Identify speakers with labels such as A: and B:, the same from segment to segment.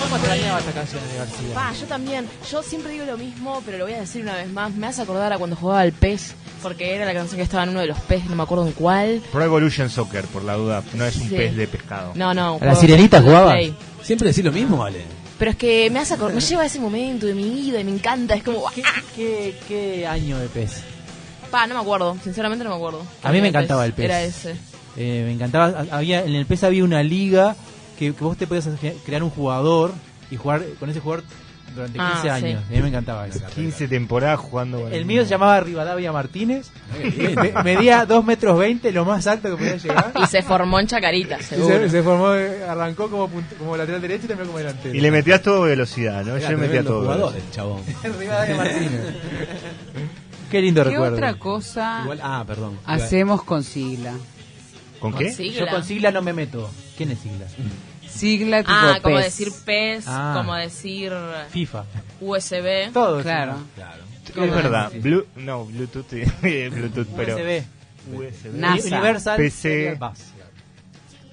A: cancha de la universidad.
B: Pa, yo también. Yo siempre digo lo mismo, pero lo voy a decir una vez más. Me hace acordar a cuando jugaba al PES, porque era la canción que estaba en uno de los PES, no me acuerdo en cuál.
C: Pro Evolution Soccer, por la duda. No es un
B: Sí.
C: pez de pescado.
B: No, no. un
D: ¿A la
B: juego
D: sirenita
B: de
D: jugabas?
B: Play.
A: Siempre decís lo mismo, Ale.
B: Pero es que me hace acordar, me lleva a ese momento de mi vida y me encanta. Es como,
D: ¿Qué,
B: ah,
D: qué, qué año de PES?
B: pa, no me acuerdo. Sinceramente no me acuerdo.
D: A mí me encantaba el PES.
B: Era ese.
D: Eh, me encantaba. ha- Había, en el PES había una liga que, que vos te podías hacer- crear un jugador y jugar con ese jugador durante
B: Ah,
D: 15
B: sí.
D: años. A mí me encantaba eso.
C: 15 temporadas jugando. con
D: El mío se llamaba Rivadavia Martínez. Me- medía 2 metros 20, lo más alto que podía llegar.
B: Y se formó en Chacarita,
D: Y
B: seguro.
D: se, se formó, eh, arrancó como, punt- como lateral derecho y terminó como delantero.
C: Y le metías todo velocidad, ¿no? Yo le metía todo.
A: jugador, el chabón.
D: Rivadavia Martínez. Qué lindo
E: ¿Qué
D: recuerdo.
E: otra cosa
A: Igual, ah, perdón.
E: hacemos con sigla?
C: velocidad. ¿Con
B: Con
C: qué?
B: sigla.
D: Yo con sigla no me meto. ¿Quién es sigla?
E: Sigla tipo
B: Ah, como
E: PES.
B: decir PES,
D: Ah.
B: como decir
D: FIFA.
B: USB.
D: Todo.
E: Claro.
A: Claro.
C: Es verdad. Blu- no, Bluetooth. eh, Bluetooth, pero.
D: USB.
C: USB.
E: Nah. NASA.
D: Universal
C: PC.
D: Serial Bus.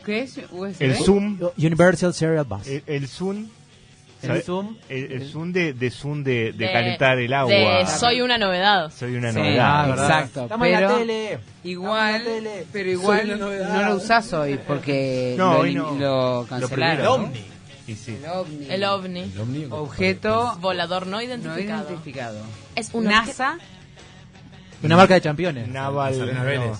E: ¿Qué es USB?
C: El Zoom.
D: Universal Serial Bus.
C: El, el Zoom.
D: El
C: ¿sabes?
D: Zoom.
C: El, el Zoom de, de Zoom de, de calentar el agua.
B: Eh, de soy una novedad.
C: Soy una
E: Sí.
C: novedad.
E: Ah, ¿verdad? Exacto,
D: Estamos en la
E: pero-
D: tele.
E: Igual,
D: Estamos en la tele.
E: pero
A: Soy la
E: igual
A: novedad.
E: no lo usás hoy porque
C: No,
E: lo,
C: hoy
E: elim-
C: no. prohibieron,
E: lo cancelaron.
D: El
C: ¿no?
D: Omni.
C: Y sí.
E: El ovni.
B: El ovni.
A: El Omni-
E: Objeto
B: Volador no
E: no
B: identificado.
E: identificado.
B: es un
E: NASA.
D: Una marca de campeones.
C: Naval.
A: Nazarena
C: no.
A: Vélez.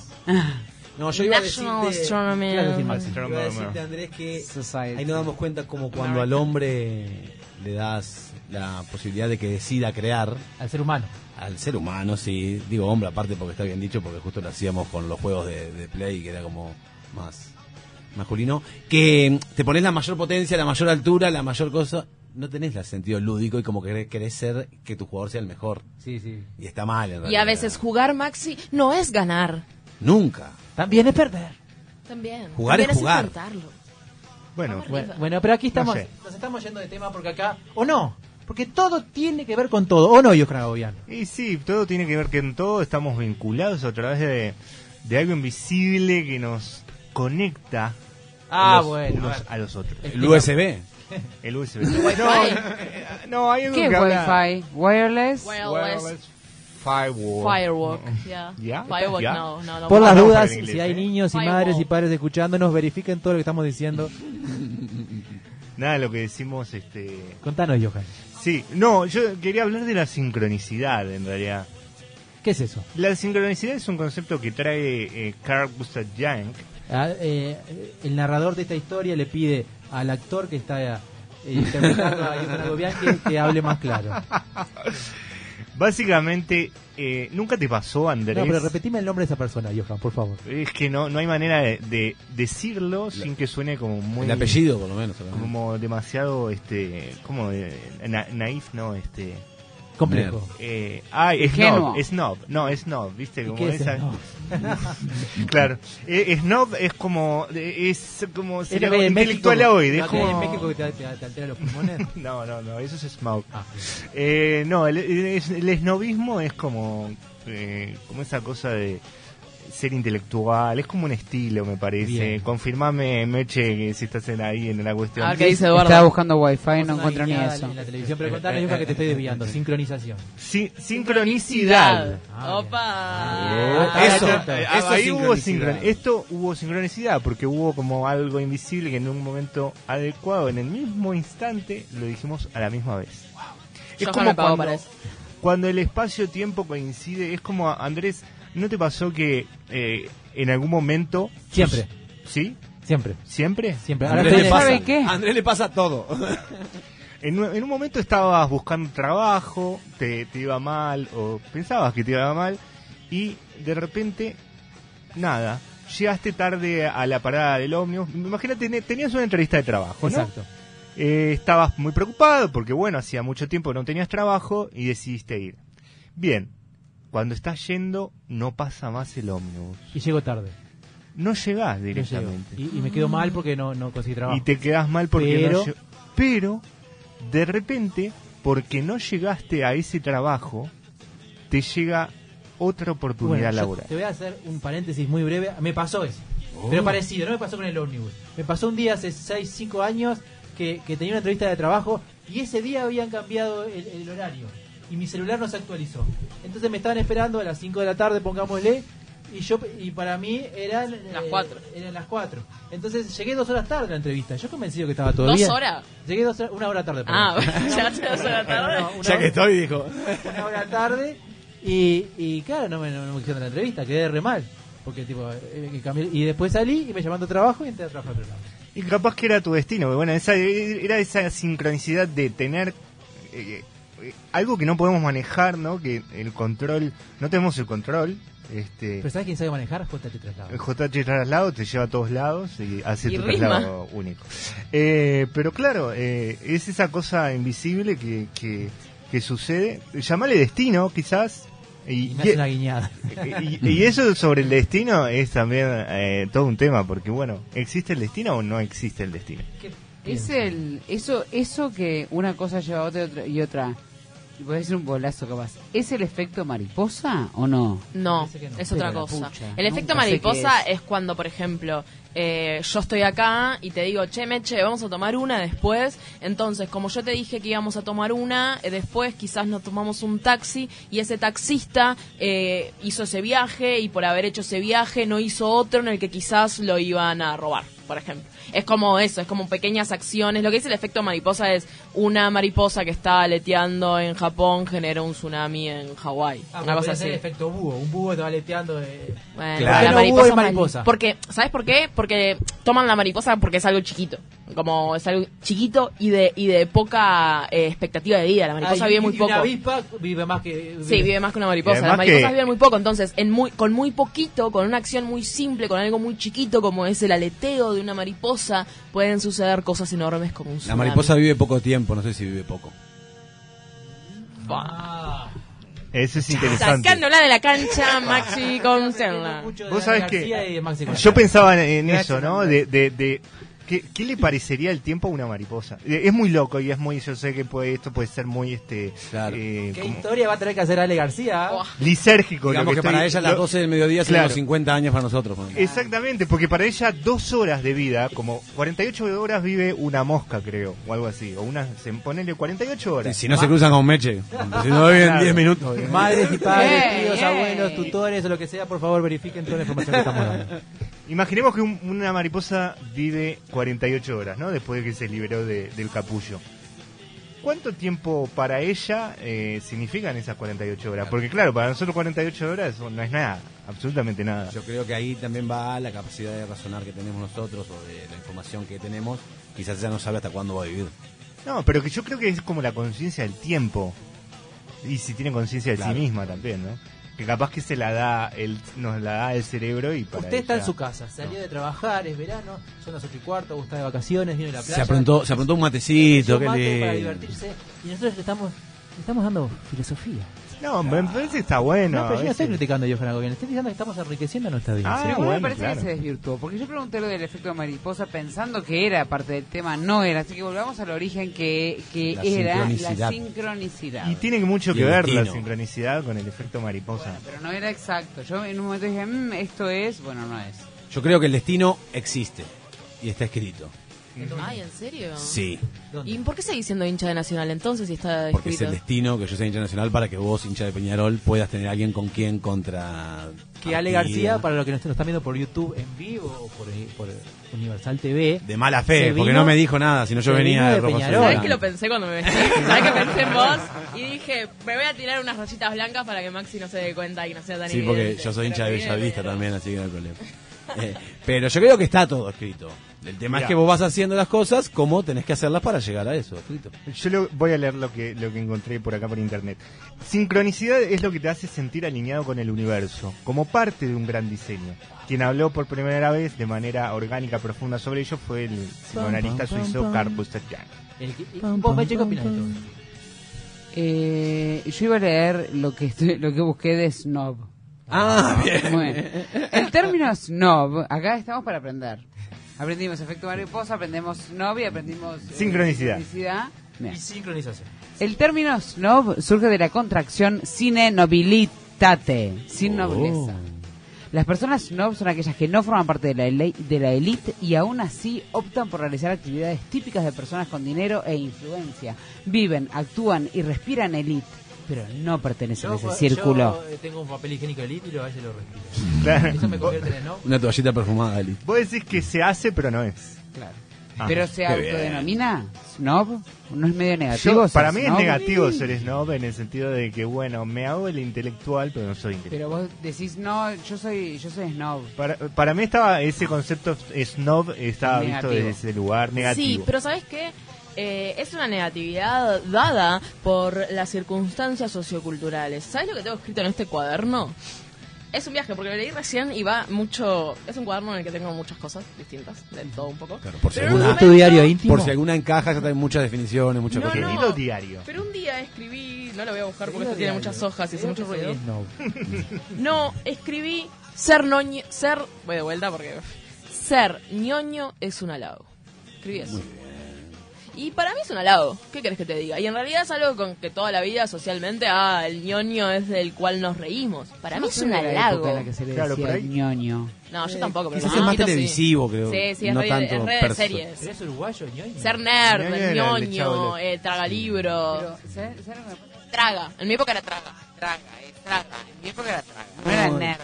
F: No, yo iba a decirte,
B: National Astronomy.
D: Claro que sí, Maxi.
F: iba a
C: Astronomer.
F: decirte, Andrés, que
E: Society.
F: ahí nos damos cuenta como cuando al hombre le das la posibilidad de que decida crear,
D: Al ser humano.
F: al ser humano, sí, digo hombre aparte porque está bien dicho, porque justo lo hacíamos con los juegos de, de Play, que era como más masculino, que te pones la mayor potencia, la mayor altura, la mayor cosa, no tenés el sentido lúdico y como que querés- querés ser que tu jugador sea el mejor.
D: Sí, sí.
F: Y está mal, en
B: Y a
F: realidad.
B: veces jugar, Maxi, no es ganar.
F: Nunca.
D: También es perder.
B: También.
F: Jugar es
B: También
F: jugar.
B: enfrentarlo.
C: Bueno,
D: Bueno, bueno, pero aquí estamos.
C: No sé.
D: Nos estamos yendo de tema porque acá. ¿O no? Porque todo tiene que ver con todo. ¿O no, Yoscar Agobian?
C: y sí, todo tiene que ver que en todo estamos vinculados a través de, de algo invisible que nos conecta
D: Ah,
C: los
D: bueno.
C: unos
D: A ver.
C: a los otros.
F: El USB.
C: El USB. No, eh, no, hay algo
E: ¿Qué es
C: que habla-
E: Wi-Fi? ¿Wireless?
B: Wireless
C: Firewall.
B: Firewalk. Yeah.
C: Yeah.
B: Firewalk,
C: Yeah.
B: no, no, no.
D: Por
C: Ah,
D: las
C: no,
D: dudas,
C: para el inglés,
D: si hay
C: ¿eh?
D: niños y
B: Firewall.
D: madres y padres escuchándonos, verifiquen todo lo que estamos diciendo.
C: Nada, de lo que decimos, este...
D: Contanos, Johan.
C: Sí, no, yo quería hablar de la sincronicidad, en realidad.
D: ¿Qué es eso?
C: La sincronicidad es un concepto que trae eh, Carl Gustav Jung.
D: Ah, eh, eh, el narrador de esta historia le pide al actor que está eh, interpretando a Yoscar Agobian que, que hable más claro.
C: Básicamente, eh, ¿nunca te pasó, Andrés?
D: No, pero repetime el nombre de esa persona, Johan, por favor.
C: Es que no, no hay manera de, de decirlo sin que suene como muy...
F: El apellido, por lo menos.
C: Como demasiado, este... Como eh, na- naif, no, este...
D: Complejo.
C: Eh, ay,
E: Ingenuo.
C: snob, snob, no, snob, viste,
D: ¿Y
C: como
D: qué es
C: esa-
D: snob?
C: claro, Eh, snob es como, eh, es como,
D: Es
C: sería
D: lo que
C: como
D: hay en
C: intelectual
D: México-
C: hoy,
D: lo
C: es
D: que hay
C: como-
D: en México que te, te- te altera los pulmones.
C: No, no, no, eso es smoke.
D: Ah.
C: Eh, no, el, el- el esnobismo es como, eh, como esa cosa de ser intelectual, es como un estilo, me parece.
D: Bien.
C: Confirmame, Meche, que si estás en ahí en la cuestión.
B: A ver qué dice
E: Estaba
B: Eduardo.
E: buscando Wi-Fi y no encuentro ni
D: Una guiñada
E: eso.
D: En la televisión, pero contanos,
C: Eh,
D: Johan, que te estoy desviando. Sincronización.
C: Sí, sincronicidad.
D: Ah, bien.
B: Opa.
D: Ah,
F: Eso,
D: perfecto.
C: Eh,
F: eso
C: ahí
F: es
C: hubo
F: sincronicidad.
C: sincron- esto hubo sincronicidad porque hubo como algo invisible que en un momento adecuado, en el mismo instante, lo dijimos a la misma vez.
B: Yo me pago para
C: cuando,
B: eso.
C: cuando el espacio-tiempo coincide, es como Andrés, ¿no te pasó que eh, en algún momento...
D: Siempre.
C: ¿Sí?
D: Siempre.
C: ¿Siempre?
D: Siempre. Ahora estoy
F: Andrés le
D: en-
F: pasa,
E: ¿Sabe qué?
F: Andrés le pasa todo.
C: En, un- en un momento estabas buscando trabajo, te, te iba mal o pensabas que te iba mal y de repente, nada, llegaste tarde a la parada del ómnibus. Imagínate, ne- tenías una entrevista de trabajo, ¿no?
D: Exacto.
C: Eh, estabas muy preocupado porque, bueno, hacía mucho tiempo no tenías trabajo y decidiste ir. Bien, cuando estás yendo no pasa más el ómnibus.
D: Y llego tarde.
C: No llegás
D: No llego.
C: directamente.
D: Y, y me quedo mal porque no, no conseguí trabajo.
C: Y te quedas mal porque
D: Pero-
C: no lle- Pero, de repente, porque no llegaste a ese trabajo, te llega otra
D: Bueno,
C: oportunidad
D: yo
C: laboral.
D: te voy a hacer un paréntesis muy breve. Me pasó eso. Pero parecido, no me pasó con el ómnibus. Me pasó un día hace 6, 5 años que, que tenía una entrevista de trabajo Y ese día habían cambiado el, el horario. Y mi celular no se actualizó. Entonces me estaban esperando a las 5 de la tarde, pongámosle. Y yo y para mí eran eh,
B: Las cuatro.
D: Eran las 4. Entonces llegué dos horas tarde a la entrevista. Yo convencido que estaba todo bien.
B: ¿Dos horas?
D: Llegué dos horas, una hora tarde. perdón.
B: Ah, llegaste a las dos de la tarde.
D: No, una
F: Ya que
D: hora-
F: estoy, dijo.
D: una hora tarde y, y claro, no me, no, no me quisieron la entrevista, quedé re mal. Porque tipo, eh, que cambié- y después salí y me llamando a trabajo y entré a trabajar a otro lado.
C: Y capaz que era tu destino, porque bueno, esa, era esa sincronicidad de tener eh, eh, algo que no podemos manejar, ¿no? Que el control, no tenemos el control, este...
D: Pero ¿sabes quién sabe manejar? JT Traslado.
C: El JH traslado te lleva a todos lados y hace
B: Y
C: tu
B: rima.
C: traslado único. Eh, pero claro, eh, es esa cosa invisible que, que, que sucede. Llamale destino, quizás. Y,
D: Y
C: e,
D: me hace una guiñada.
C: y- y- y eso sobre el destino es también eh, todo un tema, porque bueno, ¿existe el destino o no existe el destino?
E: Es el, eso, eso que una cosa lleva a otra y otra- y otra. Y puede ser un bolazo capaz. ¿Es el efecto mariposa o no?
B: No,
D: Parece que no.
B: es otra
E: Pero la
B: cosa.
E: pucha,
B: el efecto
E: nunca sé
B: mariposa
E: qué
B: es. cuando, por ejemplo, eh, yo estoy acá y te digo, che, Meche, vamos a tomar una después. Entonces, como yo te dije que íbamos a tomar una, eh, después quizás nos tomamos un taxi y ese taxista eh, hizo ese viaje y por haber hecho ese viaje no hizo otro en el que quizás lo iban a robar, por ejemplo. Es como eso, es como pequeñas acciones. Lo que dice el efecto mariposa es una mariposa que está aleteando en Japón genera un tsunami en Hawái.
D: Ah,
B: una cosa así.
D: el efecto búho. Un búho te va aleteando. eh.
B: Bueno,
F: Claro.
D: Bueno,
B: la
D: hubo
B: mariposa,
D: y mariposa.
B: Porque, ¿sabes por qué? Porque toman la mariposa porque es algo chiquito. Como es algo chiquito y de, y de poca eh, expectativa de vida. La mariposa
D: Ah, y-
B: vive
D: y-
B: muy
D: y
B: poco.
D: Una avispa vive más que.
B: Sí, vive más que una mariposa.
C: Y
B: Las
C: además
B: mariposas
C: que-
B: viven muy poco. Entonces, en muy, con muy poquito, con una acción muy simple, con algo muy chiquito como es el aleteo de una mariposa, pueden suceder cosas enormes como un
F: La
B: tsunami.
F: mariposa vive poco tiempo, no sé si vive poco.
D: Ah,
C: Eso es interesante.
B: Sacándola de la cancha, Maxi Consenla.
D: mucho de
C: Vos
D: Dani
C: sabés que-
D: García y de Maxi
C: Yo
D: Correa.
C: pensaba en, en
D: Gracias,
C: eso, ¿no? De,
D: Andrés.
C: de, de- ¿qué, qué le parecería el tiempo a una mariposa? Eh, Es muy loco y es muy, yo sé que puede, esto puede ser muy, este,
F: Claro.
C: eh,
D: ¿Qué
C: como
D: historia va a tener que hacer Ale García?
B: Buah.
C: lisérgico. lo
F: Digamos que,
C: estoy-
F: para ella las
C: lo-
F: 12 del mediodía son
C: Claro.
F: los 50 años para nosotros. Juan.
C: Exactamente, porque para ella dos horas de vida, como 48 horas vive una mosca, creo, o algo así, o una, se ponele 48
F: Y
C: horas.
F: si no se cruzan con Meche, si no viven
C: Claro.
F: 10 minutos.
D: Madres y padres,
E: Bien,
D: tíos,
E: bien.
D: abuelos, tutores o lo que sea, por favor verifiquen toda la información que estamos dando.
C: Imaginemos que un- una mariposa vive 48 horas, ¿no? Después de que se liberó de- del capullo. ¿Cuánto tiempo para ella eh, significan esas 48 horas? Porque claro, para nosotros 48 horas no es nada, absolutamente nada.
F: Yo creo que ahí también va la capacidad de razonar que tenemos nosotros o de la información que tenemos. Quizás ella no sabe hasta cuándo va a vivir.
C: No, pero que yo creo que es como la conciencia del tiempo. Y si tiene conciencia de
F: Claro.
C: sí misma también, ¿no? Que capaz que se la da, el, nos la da el cerebro y para
D: Usted está
C: ella-
D: en su casa, salió de trabajar, es verano, son las 8 y cuarto, gusta de vacaciones, viene a la playa.
F: Se aprontó, se aprontó un matecito,
D: hizo
F: qué
D: mate para
F: lindo.
D: divertirse y nosotros le estamos, le estamos dando filosofía.
C: No, me parece que está
D: No,
C: bueno.
D: pero yo
C: ese-
D: no estoy criticando a Johanna Gobián, estoy diciendo que estamos enriqueciendo nuestra vida.
C: Ah,
E: Pero
C: bueno,
E: me parece
C: claro.
E: que se desvirtuó, porque yo pregunté lo del efecto mariposa pensando que era parte del tema, no era, así que volvamos al origen que, que
F: La
E: era
F: sincronicidad.
E: la sincronicidad.
C: Y tiene mucho
F: Y
C: que
F: el
C: ver la
F: destino.
C: sincronicidad con el efecto mariposa.
E: Bueno, pero no era exacto. Yo en un momento dije, "Mm, esto es, bueno, no es.
F: Yo creo que el destino existe y está escrito.
B: Ay, ¿en serio?
F: Sí,
D: ¿Dónde?
B: ¿Y por qué seguís siendo hincha de Nacional entonces si está
F: porque es
B: escrito?
F: el destino que yo sea hincha nacional para que vos, hincha de Peñarol, puedas tener alguien con quien contra.
D: que Ale
F: partida.
D: García, para los que nos, nos están viendo por YouTube en vivo o por, por Universal TV,
F: De mala
D: Se
F: fe, porque
D: vino-
F: no me dijo nada, sino yo
D: se
F: venía
D: vino de
F: de ropa
D: Peñarol.
B: ¿Sabés
D: Hola.
B: que lo pensé cuando me vestí? ¿Sabés que pensé en vos? Y dije, me voy a tirar unas rayitas blancas para que Maxi no se dé cuenta y no sea tan
F: Sí, porque
B: evidente.
F: yo soy hincha de
B: Pero bien,
F: Bellavista
B: pero-
F: también, así que no hay problema. Eh, pero yo creo que está todo escrito. El tema
C: Mirá.
F: es que vos vas haciendo las cosas como tenés que hacerlas para llegar a eso, escrito.
C: Yo lo- voy a leer lo que, lo que encontré por acá por internet. Sincronicidad es lo que te hace sentir alineado con el universo, como parte de un gran diseño. Quien habló por primera vez de manera orgánica profunda sobre ello fue el psicoanalista suizo Carl Gustav Jung.
D: el que- y- vos me checo opinas de todo.
E: Eh, yo iba a leer lo que, estoy- lo que busqué de snob.
F: Ah, bien.
E: Bueno, el término snob, acá estamos para aprender. Aprendimos efecto mariposa, aprendemos snob y aprendimos... eh,
C: Sincronicidad.
E: sincronicidad. Bien.
D: Y sincronización.
E: El término
C: Oh.
E: snob surge de la contracción sine nobilitate, sin nobleza. Las personas snob son aquellas que no forman parte de la, ele- de la elite y aún así optan por realizar actividades típicas de personas con dinero e influencia. Viven, actúan y respiran elite, pero no pertenecen a ese círculo.
D: yo, eh, tengo un papel higiénico de litio y lo- a veces lo respiro.
C: Claro.
D: Eso me convierte en no.
F: Una toallita perfumada, Eli.
C: Vos decís que se hace, pero no es.
E: Claro.
C: Ah,
E: pero se
F: qué
E: autodenomina snob, no es medio negativo.
C: Yo-
E: ser
C: para mí es
E: snob?
C: negativo ser snob en el sentido de que, bueno, me hago el intelectual, pero no soy intelectual.
E: Pero vos decís no, yo soy yo soy snob.
C: Para, para mí estaba ese concepto snob estaba visto
E: Negativo.
C: desde ese lugar negativo.
B: Sí, pero ¿sabes qué? Eh, es una negatividad dada por las circunstancias socioculturales. ¿Sabes lo que tengo escrito en este cuaderno? Es un viaje, porque lo leí recién y va mucho... Es un cuaderno en el que tengo muchas cosas distintas, de todo un poco.
F: Claro, por si
B: Pero en un
F: alguna-
B: momento-
D: tu diario íntimo?
F: Por si alguna encaja, ya trae muchas definiciones, muchas
B: No,
F: cosas.
B: no.
C: Querido diario.
B: Pero un día escribí, no lo voy a buscar porque
D: Diario.
B: esto tiene muchas hojas y hace mucho
D: Creo que
B: ruido.
D: soy snob.
B: No, escribí ser noño, ser, voy de vuelta porque ser ñoño es un halago. Escribí eso. Y para mí es un halago, ¿qué querés que te diga? Y en realidad es algo con que toda la vida socialmente, ah, el ñoño es del cual nos reímos. Para mí es un halago.
C: Claro,
E: claro,
C: por ahí.
E: ñoño.
B: No, yo tampoco, pero
F: Quizás
B: con
F: es más
B: Marquito sí.
F: televisivo, creo.
B: Sí, sí, es
F: no
B: re-
F: tanto
B: es re de
F: perso-
B: series.
D: ¿Eres uruguayo, ñoño?
B: Ser nerd,
C: Ñoño era
B: el
C: el
B: ñoño,
C: chavo
B: eh, tragalibro.
E: Pero, ¿sabes- sabes lo que me pasa?
B: Traga, en mi época era traga.
E: Traga, eh, traga. En mi época era traga. No era nerd.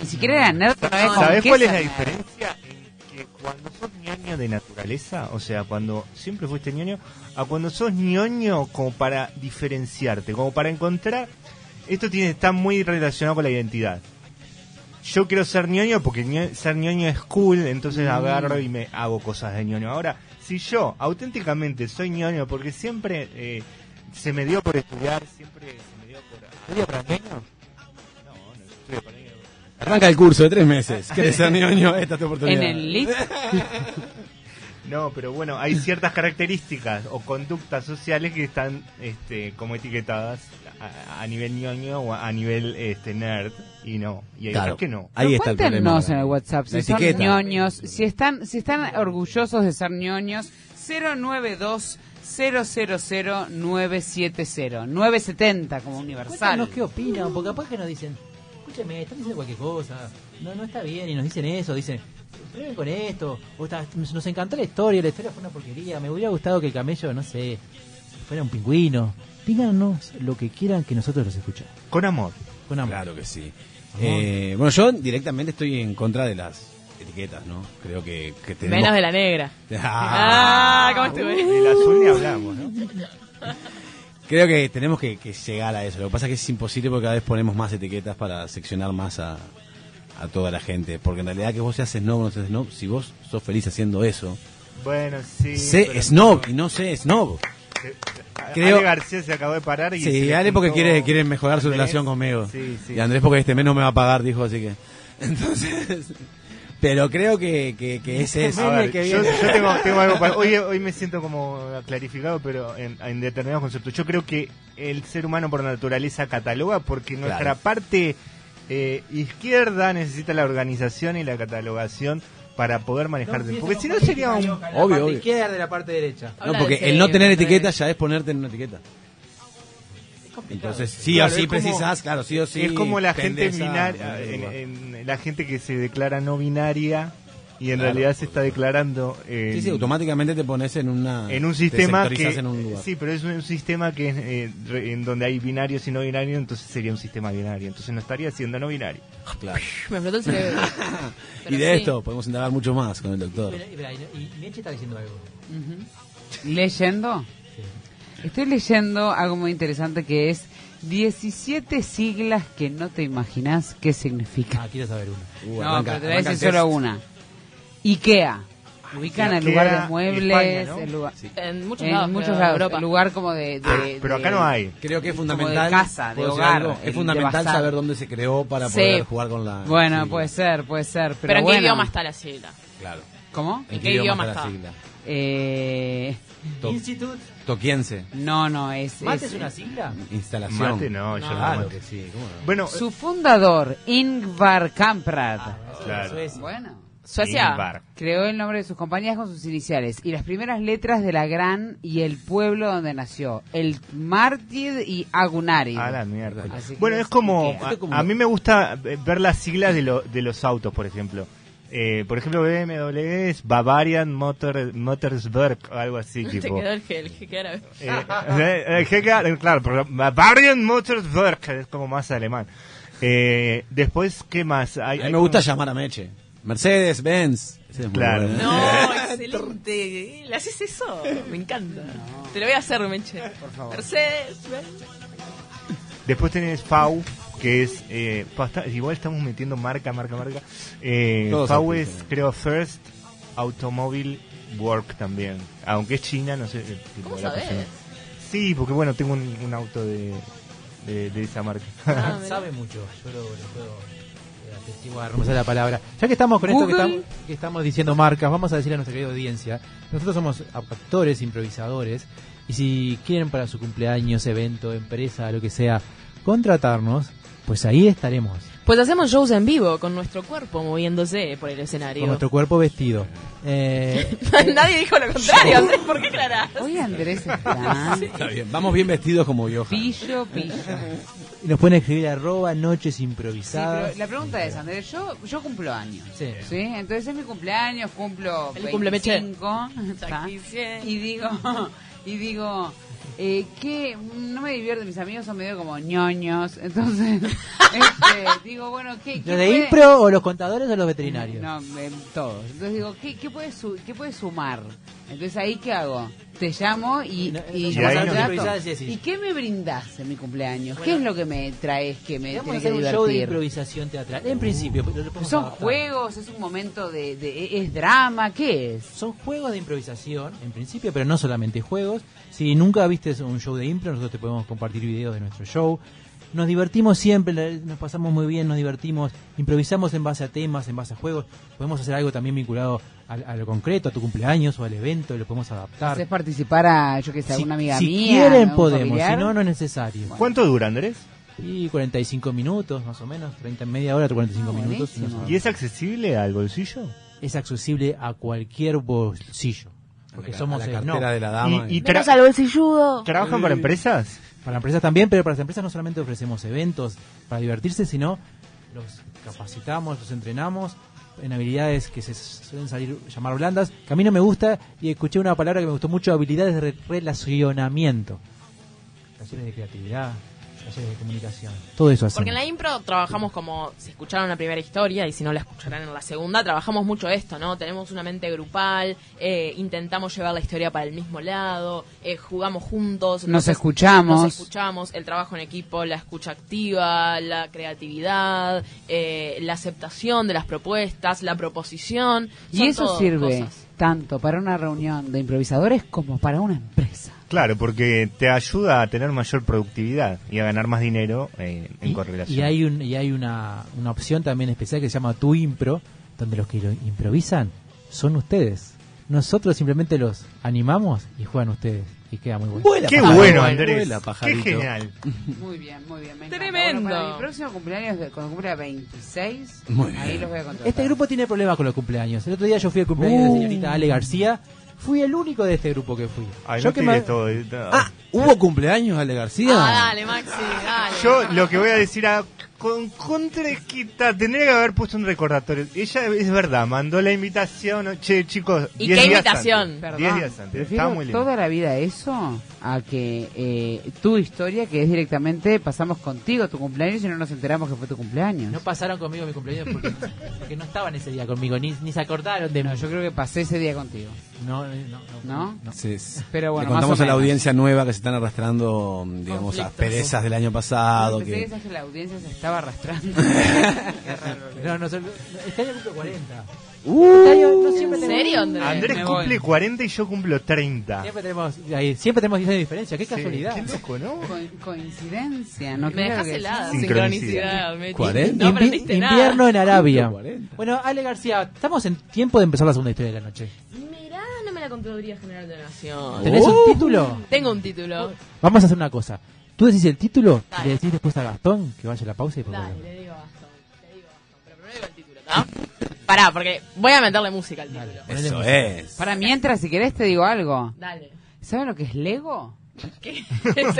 E: Ni siquiera era nerd. pero
B: No,
E: con
C: ¿Sabés
E: qué
C: cuál es
E: ser
C: la
E: nerd.
C: diferencia? En que cuando sos ñoño de naturaleza, o sea, cuando siempre fuiste ñoño, a cuando sos ñoño como para diferenciarte, como para encontrar. Esto tiene está muy relacionado con la identidad. Yo quiero ser ñoño porque ño- ser ñoño es cool, entonces agarro y me hago cosas de ñoño. Ahora, si yo auténticamente soy ñoño porque siempre eh, se me dio por estudiar, siempre se me dio por. ¿Estudio para ñoño? No, no estudio para ñoño.
F: Arranca el curso de tres meses. ¿Querés ser ñoño? Esta es tu oportunidad.
E: En el lit.
C: No, pero bueno, hay ciertas características o conductas sociales que están este, como etiquetadas a, a nivel ñoño o a nivel este, nerd y no. Y hay
F: Eh, Claro.
C: otras que no.
F: Ahí está el problema.
E: Cuéntenos en el WhatsApp si
F: La
E: son
F: etiqueta.
E: ñoños, si están, si están orgullosos de ser ñoños. 092 000 970 970 como universal.
D: Cuéntanos qué opinan, porque capaz que nos dicen, escúchame, están diciendo cualquier cosa, no, no está bien, y nos dicen eso, dicen, prueben con esto, o está- nos encantó la historia, la historia fue una porquería, me hubiera gustado que el camello, no sé, fuera un pingüino. Díganos lo que quieran que nosotros los escuchamos.
C: Con amor.
D: Con amor.
F: Claro que sí. Eh, bueno, yo directamente estoy en contra de las etiquetas, ¿no? Creo que, que tenemos...
B: Menos de la negra. Ah,
F: Ah.
B: ¿cómo
E: Uh.
B: estuve?
C: Del azul ni hablamos, ¿no?
F: Creo que tenemos que, que llegar a eso. Lo que pasa es que es imposible porque cada vez ponemos más etiquetas para seccionar más a, a toda la gente. Porque en realidad que vos seas snob o no seas snob, si vos sos feliz haciendo eso,
C: Bueno, sí.
F: sé
C: pero-
F: snob y no sé snob.
C: Eh, Ale
F: creo-
C: García se acabó de parar y... se
F: Sí,
C: le
F: Ale porque
C: juntó
F: quiere, quiere mejorar su
C: Andrés.
F: relación conmigo.
C: Sí, sí.
F: Y Andrés porque este mes no me va a pagar, dijo, así que... Entonces... Pero creo que, que, que es eso.
C: A ver, yo, yo tengo, tengo algo para... Hoy, hoy me siento como clarificado, pero en, en determinados conceptos. Yo creo que el ser humano por naturaleza cataloga porque nuestra
F: Claro.
C: parte eh, izquierda necesita la organización y la catalogación para poder manejar. porque si no sería un...
F: Obvio,
D: Obvio,
F: obvio.
D: izquierda de la parte derecha.
F: No,
B: Habla
F: porque
B: de
F: el no
B: género,
F: tener
B: de-
F: etiqueta ya es ponerte en una etiqueta. Entonces, sí
C: Claro,
F: o sí
C: es como-
F: precisas, claro, sí o sí.
C: es como la gente
F: tendés a-
C: binaria, en- en- la gente que se declara no binaria y en
F: Claro.
C: realidad se está declarando... eh,
F: Sí, sí, automáticamente te pones en una.
C: en un
F: te
C: sistema
F: sectorizás
C: que eh,
F: en un lugar.
C: sí pero es un sistema que es, eh, re- en donde hay binarios y no binarios entonces sería un sistema binario entonces no estaría siendo no binario
F: claro.
B: Me explotó el cerebro.
F: Y
B: Pero
F: de
B: sí.
F: esto podemos indagar mucho más con el doctor.
D: Espera, espera, Y, y Meche está diciendo algo.
E: ¿Leyendo? Estoy leyendo algo muy interesante que es 17 siglas que no te imaginas qué significa.
D: Ah, quiero saber uno.
F: Uh,
E: no,
F: arranca-
E: pero te voy a
F: arranca
E: decir
F: el test.
E: solo una. IKEA. Ubican el
C: Ikea,
E: lugar de muebles,
C: España, ¿no?
E: el lugar...
B: En muchos
E: en
B: lados.
E: muchos
B: pero
E: lados,
B: Europa.
E: el lugar como de... de-
C: pero, pero acá
E: de-
C: no hay
F: Creo que es
E: como de
F: fundamental.
E: casa, de
F: ¿puedo decir
E: hogar,
F: algo?
E: el de
F: Es fundamental
E: bazar.
F: saber dónde se creó para
B: Sí.
F: poder jugar con la.
E: Bueno, pues,
F: sí,
E: puede ser, puede ser. Pero,
B: Pero en qué
E: bueno.
B: idioma está la sigla.
F: Claro.
E: ¿Cómo?
F: ¿En
B: ¿En
F: qué
B: qué
F: idioma
B: idioma
F: está la
B: está?
F: sigla?
E: Eh,
F: To-
D: Institut.
F: Toquiense.
E: no, no, es...
D: ¿Mate
E: es-
D: es una sigla?
F: Instalación.
C: mate no, yo no
F: Claro
C: mate.
F: que sí. ¿cómo no?
C: bueno
E: Su fundador, Ingvar Kamprad.
D: Eso es de
C: eh, Claro.
D: Suecia.
E: Bueno.
B: Suecia.
C: Ah, Ingvar.
E: Creó el nombre de sus compañías con sus iniciales y las primeras letras de la gran y el pueblo donde nació. El Martid y Agunarid.
C: A la mierda.
E: Así que
C: Bueno, es como.
E: Ikea.
C: A, a mí me gusta eh, ver las siglas de, lo- de los autos, por ejemplo. Eh, por ejemplo, BMW es Bavarian Motor, Motorsberg o algo así.
B: Te
C: tipo.
B: quedó el gel, que queda-
C: Eh, eh, eh, Helga, eh, claro, pero Bavarian Motorsberg es como más alemán. Eh, después, ¿qué más? Hay-
F: A mí
C: hay
F: me gusta
C: como-
F: llamar a Meche. Mercedes, Benz. Ese es muy
C: Claro.
F: bueno. ¿eh?
B: No, excelente. ¿Le haces eso? Me encanta. Te lo voy a hacer, Meche. Por favor. Mercedes, ven.
C: Después tenés FAU, que es. eh, pasta- igual estamos metiendo marca, marca, marca. Eh,
F: Todos
C: FAU
F: artistas,
C: es,
F: ¿no?
C: creo, First Automobile Work también. Aunque es china, no sé. eh, tipo,
B: ¿Cómo
C: la
B: sabés?
C: persona. Sí, porque bueno, tengo un, un auto de, de, de esa marca.
B: Ah, mirá.
D: sabe mucho. Yo lo, lo puedo eh, atestiguar, no me sale la palabra. Ya que estamos con esto que
E: Google.
D: estamos, que estamos diciendo marcas, vamos a decirle a nuestra querida audiencia, nosotros somos actores, improvisadores, y si quieren para su cumpleaños, evento, empresa, lo que sea, contratarnos, pues ahí estaremos,
B: Pues hacemos shows en vivo con nuestro cuerpo moviéndose por el escenario.
D: con nuestro cuerpo vestido. Eh,
B: Nadie dijo lo contrario, Andrés, ¿por qué aclarás?
E: Hoy Andrés está
F: Está bien. Vamos bien vestidos como yo.
E: pillo, pillo.
D: y nos pueden escribir arroba noches
E: Sí, pero
D: improvisadas.
E: la pregunta es, Andrés, yo, yo cumplo años.
D: Sí.
E: Sí. Entonces es mi cumpleaños, cumplo
B: Feliz cumple, Meche.
E: 25. ¿tá?
B: quisiera.
E: y digo, y digo, eh, que no me divierto, mis amigos son medio como ñoños. Entonces, este, digo, bueno, ¿qué, qué
D: ¿Los de
E: puede-
D: impro o los contadores o los veterinarios?
E: No, eh, todos. Entonces digo, ¿qué, qué, puede su- ¿qué puede sumar? Entonces ahí, ¿qué hago? Te llamo y,
D: No, no,
E: y,
C: no,
E: yo
C: no,
E: te
C: no,
E: trato.
D: improvisás y decís.
E: ¿Y qué me brindás en mi cumpleaños? ¿Qué es lo que me traes que me
D: Vamos a
E: tiene que
D: hacer un show de
E: divertir?
D: improvisación teatral. En principio, pero lo podemos
E: Son
D: adaptar.
E: juegos, es un momento de, de- es drama, ¿qué es?
D: Son juegos de improvisación, en principio, pero no solamente juegos. Si nunca viste un show de impro, nosotros te podemos compartir videos de nuestro show. Nos divertimos siempre, la- nos pasamos muy bien, nos divertimos, improvisamos en base a temas, en base a juegos. Podemos hacer algo también vinculado a, a lo concreto, a tu cumpleaños o al evento, lo podemos adaptar.
E: Haces participar a, yo que sé, a
D: Si-
E: una amiga
D: si
E: mía.
D: quieren
E: a un
D: podemos,
E: familiar?
D: si no, no es necesario.
C: ¿Cuánto dura, Andrés?
D: Y 45 minutos, más o menos, 30, media hora, 45
E: Ah,
D: minutos.
E: buenísimo.
D: nos-
C: ¿Y es accesible al bolsillo?
D: es accesible a cualquier bolsillo. Porque
F: A la-
D: somos
F: a la
D: el
F: cartera
D: no.
F: de la dama.
C: Y- y tra-
B: Menos al bolsilludo.
C: ¿Trabajan para empresas?
D: Para empresas también, pero para las empresas no solamente ofrecemos eventos para divertirse, sino los capacitamos, los entrenamos en habilidades que se suelen salir llamar blandas. Que a mí no me gusta y escuché una palabra que me gustó mucho, habilidades de re- relacionamiento. Relaciones de creatividad, relaciones de comunicación. Todo eso hacemos.
B: Porque en la impro trabajamos como, si escucharon la primera historia y si no la escucharán en la segunda, trabajamos mucho esto, ¿no? Tenemos una mente grupal, eh, intentamos llevar la historia para el mismo lado, eh, jugamos juntos.
E: Nos escuchamos.
B: Nos escuchamos, el trabajo en equipo, la escucha activa, la creatividad, eh, la aceptación de las propuestas, la proposición. Son
E: Y eso
B: todo
E: sirve
B: cosas.
E: tanto para una reunión de improvisadores como para una empresa.
C: Claro, porque te ayuda a tener mayor productividad y a ganar más dinero eh, en
D: Y-
C: correlación.
D: Y hay, un, y hay una, una opción también especial que se llama Tu Impro, donde los que lo improvisan son ustedes. Nosotros simplemente los animamos y juegan ustedes. Y queda muy bueno.
F: Vuela,
C: Qué
F: pajarito,
C: bueno, Andrés.
F: vuela,
C: Qué
F: pajarito.
C: genial.
E: Muy bien, muy bien. me encanta.
B: Tremendo.
E: Bueno, para mi próximo cumpleaños, de- cuando cumpla 26,
F: Muy
E: ahí
F: bien.
E: los voy a contar.
D: Este grupo tiene problemas con los cumpleaños. El otro día yo fui al cumpleaños
B: Uh.
D: de la señorita Ale García. Fui el único de este grupo que fui.
C: Ay,
D: yo
C: no
D: que
C: te
D: me-
C: diré todo, eh, no.
F: Ah, ¿hubo cumpleaños, Ale García?
B: Ah, dale, Maxi, dale.
C: Yo lo que voy a decir a, con contraesquita, tendría que haber puesto un recordatorio. Ella es verdad, mandó la invitación. Che, chicos,
B: ¿Y
C: 10
B: qué
C: días
B: invitación?
C: antes.
E: Perdón,
C: 10 días antes.
E: prefiero
C: Estaba muy lindo.
E: toda la vida eso a que eh, tu historia, que es directamente pasamos contigo tu cumpleaños y no nos enteramos que fue tu cumpleaños.
D: No pasaron conmigo mi cumpleaños porque, porque no estaban ese día conmigo, ni, ni se acordaron de mí.
E: No, yo creo que pasé ese día contigo.
D: No, eh, no, no.
E: ¿No?
F: Sí, sí.
E: Pero bueno,
F: Le
E: más
F: contamos
E: o
F: a la
E: menos.
F: audiencia nueva que se están arrastrando, digamos,
B: Conflictos.
F: asperezas del año pasado.
E: Pensé que...
F: que-
E: decías que la audiencia se estaba arrastrando.
D: No, no, solo- este año cumplo 40.
F: Uh,
D: Este año no siempre
B: ¿En
D: tengo-
B: serio, Andrés?
C: Andrés
E: me
C: cumple
E: voy.
C: 40 y yo cumplo 30.
D: Siempre tenemos, ahí, siempre tenemos 10 años de diferencia, qué casualidad.
C: Qué loco, ¿no?
E: Co- coincidencia, no
B: Me
E: creo
B: dejas
E: que-
B: helada.
C: Sincronicidad.
B: Sincronicidad. Mechi.
F: ¿Cuarenta?
B: No
D: Invi-
B: aprendiste nada.
D: invierno en Arabia.
F: 40.
D: Bueno, Ale García, estamos en tiempo de empezar la segunda historia de la noche.
B: Mirá, no me la Contaduría General de la Nación.
D: ¿Tenés
F: Oh.
D: un título?
B: Tengo un título.
D: Vamos a hacer una cosa. Tú decís el título y
B: Dale.
D: le decís después a Gastón que vaya a la pausa y después volvemos.
B: le digo a Gastón. Le digo a Gastón. Pero primero digo el título, ¿tá? pará, porque voy a meterle música al título.
D: Ponele
F: Eso
D: música.
F: es.
E: Para mientras, si querés, te digo algo.
B: Dale.
E: ¿Saben lo que es Lego?
B: ¿Qué? Se colgó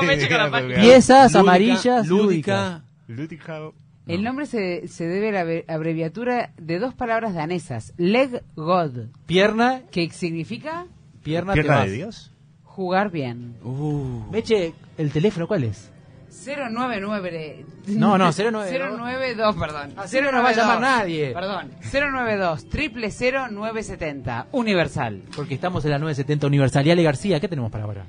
C: Sí,
B: Meche con la
C: claro,
B: página.
C: claro.
D: Piezas
F: Lúdica,
D: amarillas lúdicas.
F: lúdica.
C: Lutigau.
E: El nombre se, se debe a la abre- abreviatura de dos palabras danesas, Leg God,
D: Pierna,
E: que significa
D: pierna, te
C: ¿Pierna
D: vas.
C: de Dios?
E: jugar bien.
F: Uh.
D: Meche, ¿el teléfono cuál es?
E: 099 de-
D: No, no, 092.
E: 092, perdón.
D: Así no nos va a llamar nadie.
E: Perdón, 092 triple 0970 Universal.
D: Porque estamos en la 970 Universal. Y Ale García, ¿qué tenemos para ahora?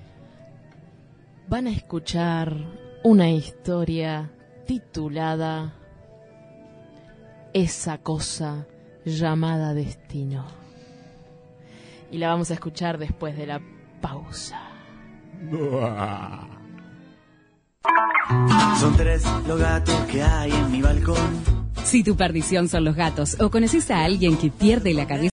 B: Van a escuchar una historia titulada Esa cosa llamada destino. Y la vamos a escuchar después de la pausa.
G: Son tres los gatos que hay en mi balcón.
H: Si tu perdición son los gatos o conoces a alguien que pierde la cabeza,